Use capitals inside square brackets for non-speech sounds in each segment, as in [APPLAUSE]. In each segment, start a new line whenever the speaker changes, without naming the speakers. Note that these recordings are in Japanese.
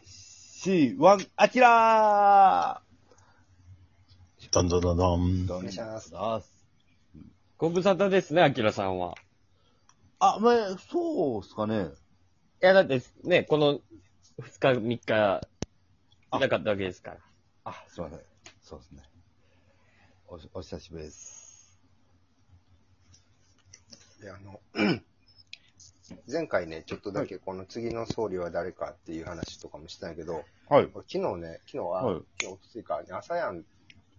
4MC1 アキラ
どんどんどんど
ー
ん。
どう
願いします
す。
ご無沙汰ですね、アキラさんは。
あ、まあ、そうっすかね。
いや、だってね、この2日、3日、いなかったわけですから。
あ、すいません。そうですね。おし、お久しぶりです。
で、あの、 [CLEARS THROAT] 前回ね、ちょっとだけこの次の総理は誰かっていう話とかもしたんやけど、
はい。
俺昨日ね、昨日は、
はい
昨日おとついか、ね、朝やん、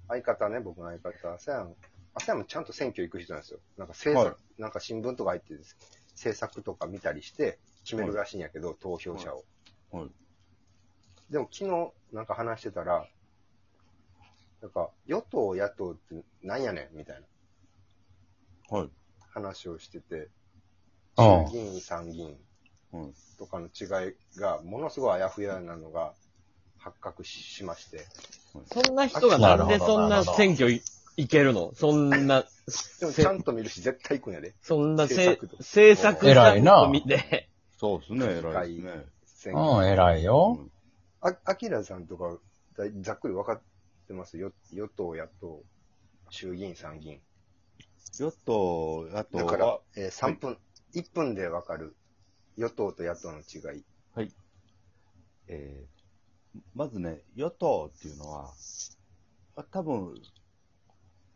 相方ね、僕の相方、朝やん、朝やんもちゃんと選挙行く人なんですよ。なんか政策、
は
なんか新聞とか入ってです、政策とか見たりして決めるらしいんやけど、投票者を。
はいはい
でも昨日なんか話してたら、なんか、与党、野党ってなんやねんみたいな
はい。
話をしてて、
あ
衆議院、参議院
うん。
とかの違いが、ものすごいあやふやなのが発覚ししまして。
そんな人がなんでそんな選挙いいけるのそん [LAUGHS] な、
でも
せ
ちゃんと見るし、絶対行くんやで。
そんなせ
政策と
政策
偉いな
見て。
そうですね、偉いですね。
選
あ。
挙
うん、偉いよ。
あ、アキラさんとか、だいざっくり分かってますよ。与党、野党、衆議院、参議院。
与党、野党
だ
は、
から、えー、3分、1分で分かる。与党と野党の違い。
えーまずね、与党っていうのは、まあ多分、本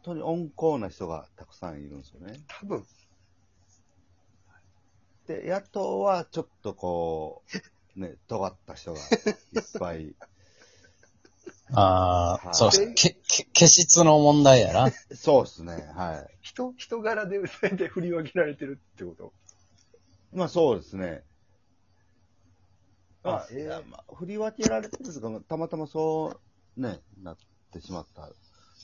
当に温厚な人がたくさんいるんですよね。
多分、
で、野党はちょっとこ [LAUGHS] う、ね、尖った人がいっぱ [LAUGHS] い。
ああ、そう
はい、
け、け、気質の問題やな。
そうですね、は
人、人柄で [LAUGHS] 大体振り分けられてるってこと。
い。まあそうですね。ま
あ
あ、いやまあ振り分けられてるんですが、たまたまそう、ね、なってしまった。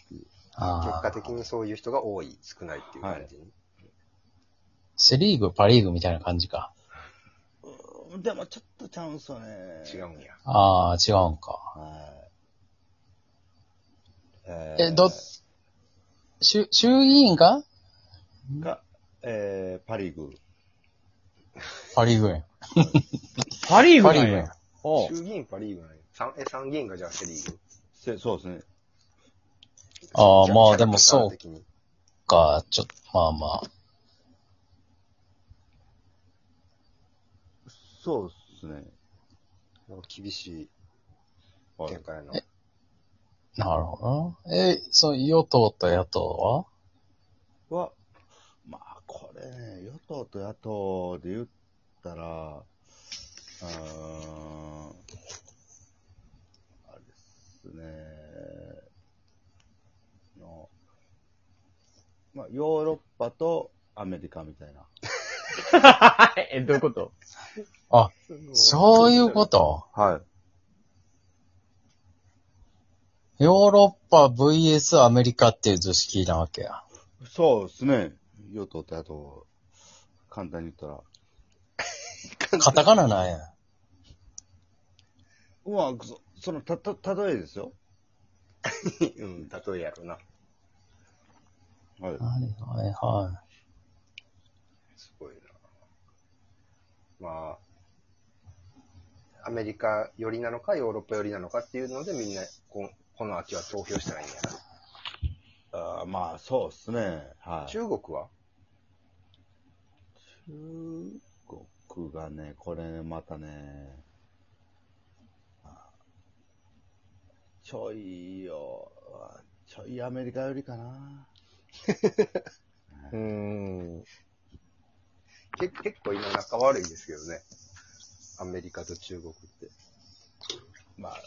結
あ
果
あ、
的にそういう人が多い、少ないっていう感じに。
セリーグ、パリーグみたいな感じか。
うんでもちょっとちゃうんすよね。
違うんや。
ああ、違うんか。
はい。
え、ど、衆、衆議院か
が、えー、パリーグ。
パリーグやん。
パリーグ
パ
な
リー
ん
グやん
や。。おう
衆議院パリーグない。参え参議院がじゃあセリーグ。
せそうですね。
ああ
じゃ
まあ
じゃ
でもそう
客観的に
か、ちょっと、まあまあ。
そうですね。
なんか厳しい
はい
展開の。
なるほどな。え、その、与党と野党
は、まあ、これね、与党と野党で言ったら、うーん、あれですね、の、まあ、ヨーロッパとアメリカみたいな。
[LAUGHS] え、どういうこと
はそういうこと
はい。
ヨーロッパ VS アメリカっていう図式なわけや。
そうですね。与党と野党、簡単に言ったら。
カタカナなん
[LAUGHS]
や。
まあ、そその、た、た、例えですよ。
[LAUGHS] うん、例えやろな。
はい。
はいはいは
すごいな。まあ、アメリカ寄りなのか、ヨーロッパ寄りなのかっていうので、みんなこ、この秋は投票したらいいんや
あーまあ、そうですね。は
な。
い。
中国は
中国がね、これまたね、あちょいよ、あちょいアメリカよりかな。
うーん。け結構今仲悪いですけどね。アメリカと中国って。
まあ、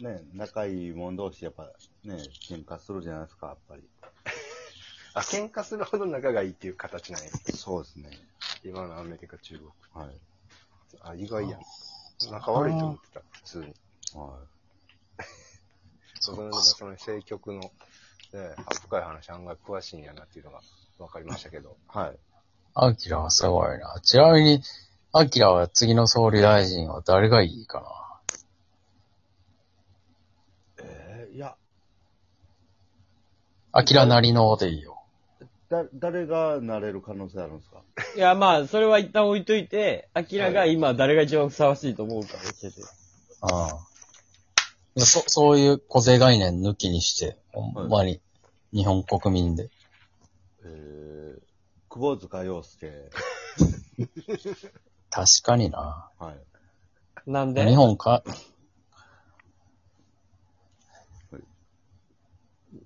そうね、仲いい者同士やっぱね、喧嘩するじゃないですか、やっぱり。
あ、喧嘩するほど仲がいいっていう形なんや。
そうですね。
今のアメリカ、中国。
はい。
あ、意外やん。仲悪いと思ってた、普通に。
は
その、なんかその政局の、ね、深い話案外詳しいんやなっていうのが分かりましたけど。
い。はい。
い。アキラはすごいな。ちなみに、アキラは次の総理大臣は誰がいいかな
えー、いや、
アキラなりのでいいよ。
だ、誰がなれる可能性あるんですか
いや、まあ、それは一旦置いといて、アキラが今誰が一番ふさわしいと思うか教えて。
ああ。いやそ、そういう固定概念抜きにして、ほんまに、日本国民で。
えー、久保塚洋介。
確かにな。
はい。
なんで
日本か、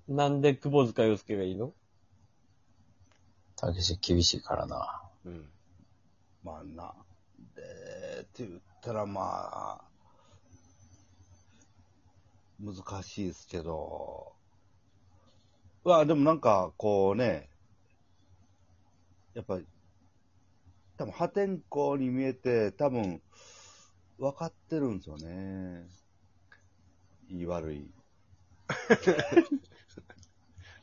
なんで久保塚洋介がいいの
たけし厳しいからな。
うん。
まあ、なんで、って言ったらまあ、難しいですけど、うわ、でもなんか、こうね、やっぱり、多分破天荒に見えて、多分、分かってるんですよね。言い悪い。
だか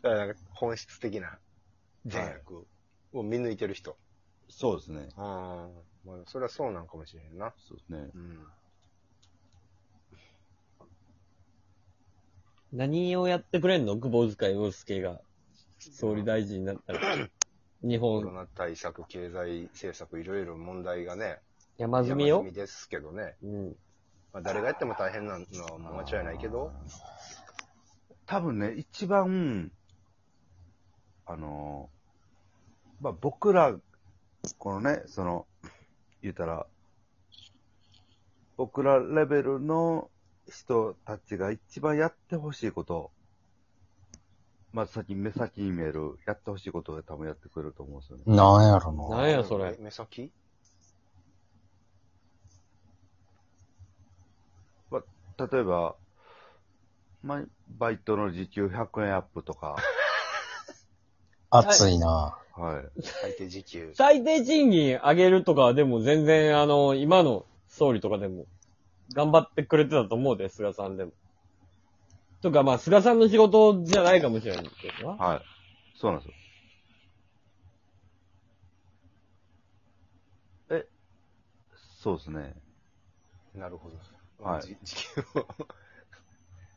らなんか本質的な善
はい
悪を見抜いてる人。
そうですね。
ああ、まあ、それはそうなんかもしれんな。
そうですね。
うん。
何をやってくれんの久保塚洋介が総理大臣にな [COUGHS] ったら。日
コロ
本、
ナ対策、経済政策、いろいろ問題がね、
山積みよ
み。ですけどね。
うん。
まあ、誰がやっても大変なのはもう間違いないけど、
多分ね、一番、あの、まあ、僕ら、このね、その、言うたら、僕らレベルの人たちが一番やってほしいこと、まず先、目先に見える、やってほしいことを多分やってくれると思うんですよね。
なんやろ
なんやそ
え
れ。
目先
例えば、まあ、バイトの時給100円アップとか、
な。熱いな。
はい。
最低時
[LAUGHS]
給。
最低賃金上げるとかはでも全然あの、今の総理とかでも頑張ってくれてたと思うで、菅さんでも。とかまあ、菅さんの仕事じゃないかもしれないけどな。
はい。そうなんですよ。え、そうですね。
なるほど。
はい
じ [LAUGHS] 時給を、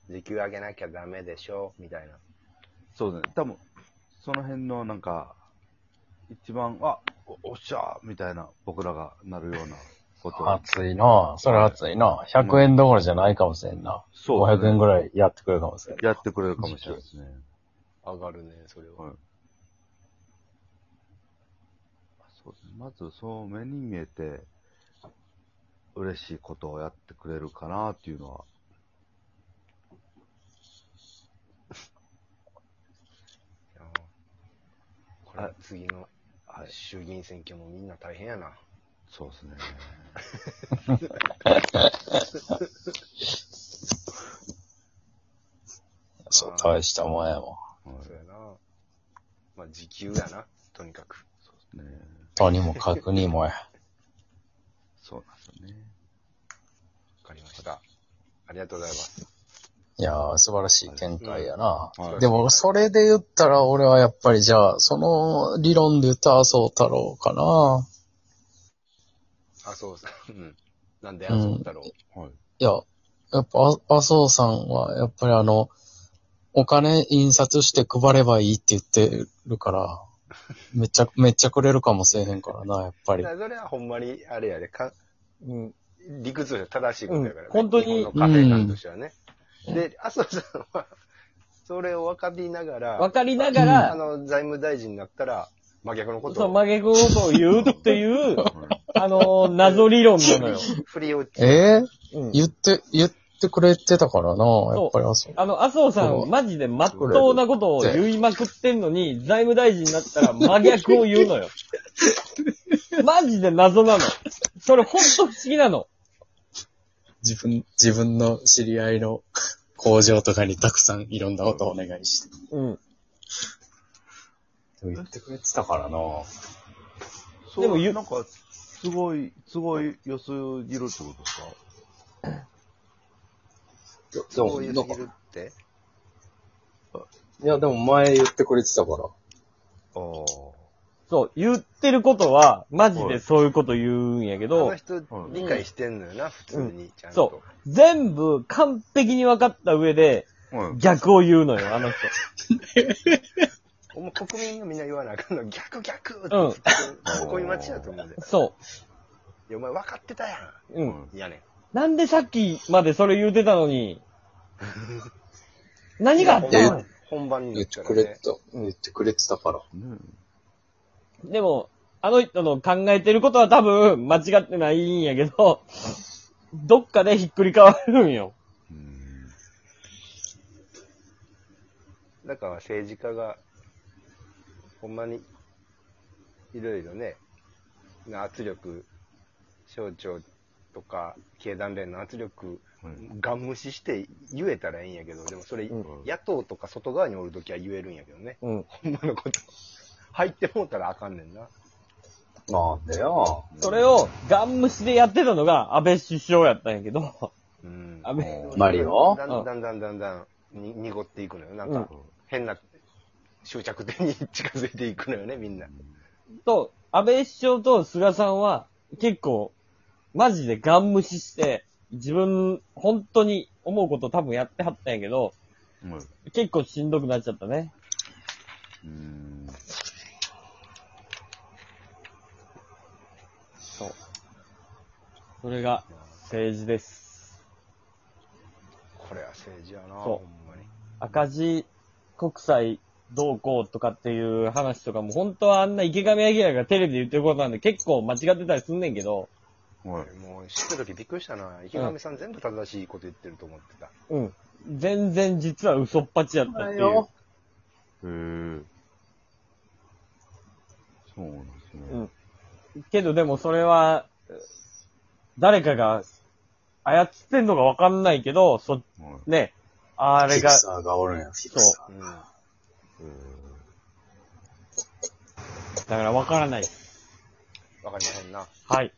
時給上げなきゃダメでしょ、みたいな。
そうですね。多分、その辺のなんか、一番、あ、おおっしゃーみたいな、僕らがなるようなこと。
熱いな。それ熱いな。100円どころじゃないかもしれんな。
そうです
500
ね
円ぐらいやってくれるかもしれん。
やってくれるかもしれないですね。
上がるね、それは。
はい。そうですね。まず、そう目に見えて、嬉しいことをやってくれるかなっていうのは、
いやこれ
あ、
次の
はい。
衆議院選挙もみんな大変やな。
そうですね。
そう、大したもんやもん。
はい
そうやな。まあ、時給やな、とにかく。
ねえ
とにもかくにもや。
そうなんですよね。
わかりました。ありがとうございます。
いやー、素晴らしい見解やな。
うんはい
でも、それで言ったら、俺はやっぱり、じゃあ、その理論で言ったら麻生太郎かな。
あ、そう [LAUGHS] さ、うん。なんで、あ、そうだろう。
はい。
いや、やっぱ、麻生さんは、やっぱりあの、お金印刷して配ればいいって言ってるから、めっちゃ、 [LAUGHS] めっちゃくれるかもしれへんからな、やっぱ
[LAUGHS]
り
い。やそれはほんまに、あれやで、か
うん。
理屈としては正しいことやから、ね
うん本当に
日本の家庭観としてはね。で、麻生さんは、それを分かりながら、
わかりなが
あ
ら、
の、財務大臣になったら、真逆のこと
そ
を
う、曲げことを言うっていう、
はい
あの、謎理論なのよ。
振り落ち、
えー
うん。
言って、言ってくれてたからな、やっぱり麻生。
あの、麻生さ、
そうん
マジで真っ当なことを
そう
言いまくってんのに、財務大臣になったら真逆を言うのよ。マジで謎なの。それほんと不思議なの。
自分、自分の知り合いの工場とかにたくさんいろんなことをお願いして。
うん。
言ってくれてたからな。
そう
でもゆ
なんか、すごい、すごい良すぎるってことですか
そういうすぎるって。
いや、でも前言ってくれてたから。
ああ。
そう、言ってることは、マジでそういうこと言うんやけ
あの
ど、
人、理解してんのよな、普通に、ちゃん
そ
と。
う、全部完璧に分かった上で、
はい。
逆を言うのよ、あの人。
ほんま国民がみんな言わなあかんの、逆逆って
うん
突っ込み待ちやと思うんで。
そ
いや、お前分かってたや
う。うん。
ん。いやねん。
なんでさっきまでそれ言うてたのに、何があっ
い
た
や
の
本番に
言
な
っ
ってた
く
ら
れ
ね。
た、言ってくれてたから。
ね
でも、あの人の考えてることは多分間違ってないんやけど、どっかでひっくり返るんよ。
うん。
だから政治家が、ほんまに、いろいろね、圧力、省庁とか、経団連の圧力、
はい
が無視して言えたらいいんやけど、でもそれ、
うん
野党とか外側におるときは言えるんやけどね。 [LAUGHS]
うん。
ほんまのこと。入ってもうたらあかんねんな。
なんでよ。
それをガン無視でやってたのが安倍首相やったんやけど、
うん。
安倍、
マリオ
だんだんだんだんだんに濁っていくのよ。なんか
うん、
変な終着点に近づいていくのよね、みんな。
と、安倍首相と菅さんは、結構、マジでガン無視して、自分、本当に思うこと多分やってはったんやけど、
はい
結構しんどくなっちゃったね。
うん。
そう。それが、政治です。
これは政治やな、
そう
ほんまに。
赤字国債どうこうとかっていう話とかも、本当はあんな池上彰がテレビで言ってることなんで結構間違ってたりすんねんけど、
はい。
もう知った時びっくりしたな。池上さん全部正しいこと言ってると思ってた。
うん。全然実は嘘っぱちやったっていう。
へえ。そうなんですね。
うんけどでもそれは、誰かが操ってんのかわかんないけど、そ、
はい。
ね、あ
フ
れ
ィク
が、
サーがおるんや、フィクサ
うん。
だからわからない。
わかりませんな。
はい。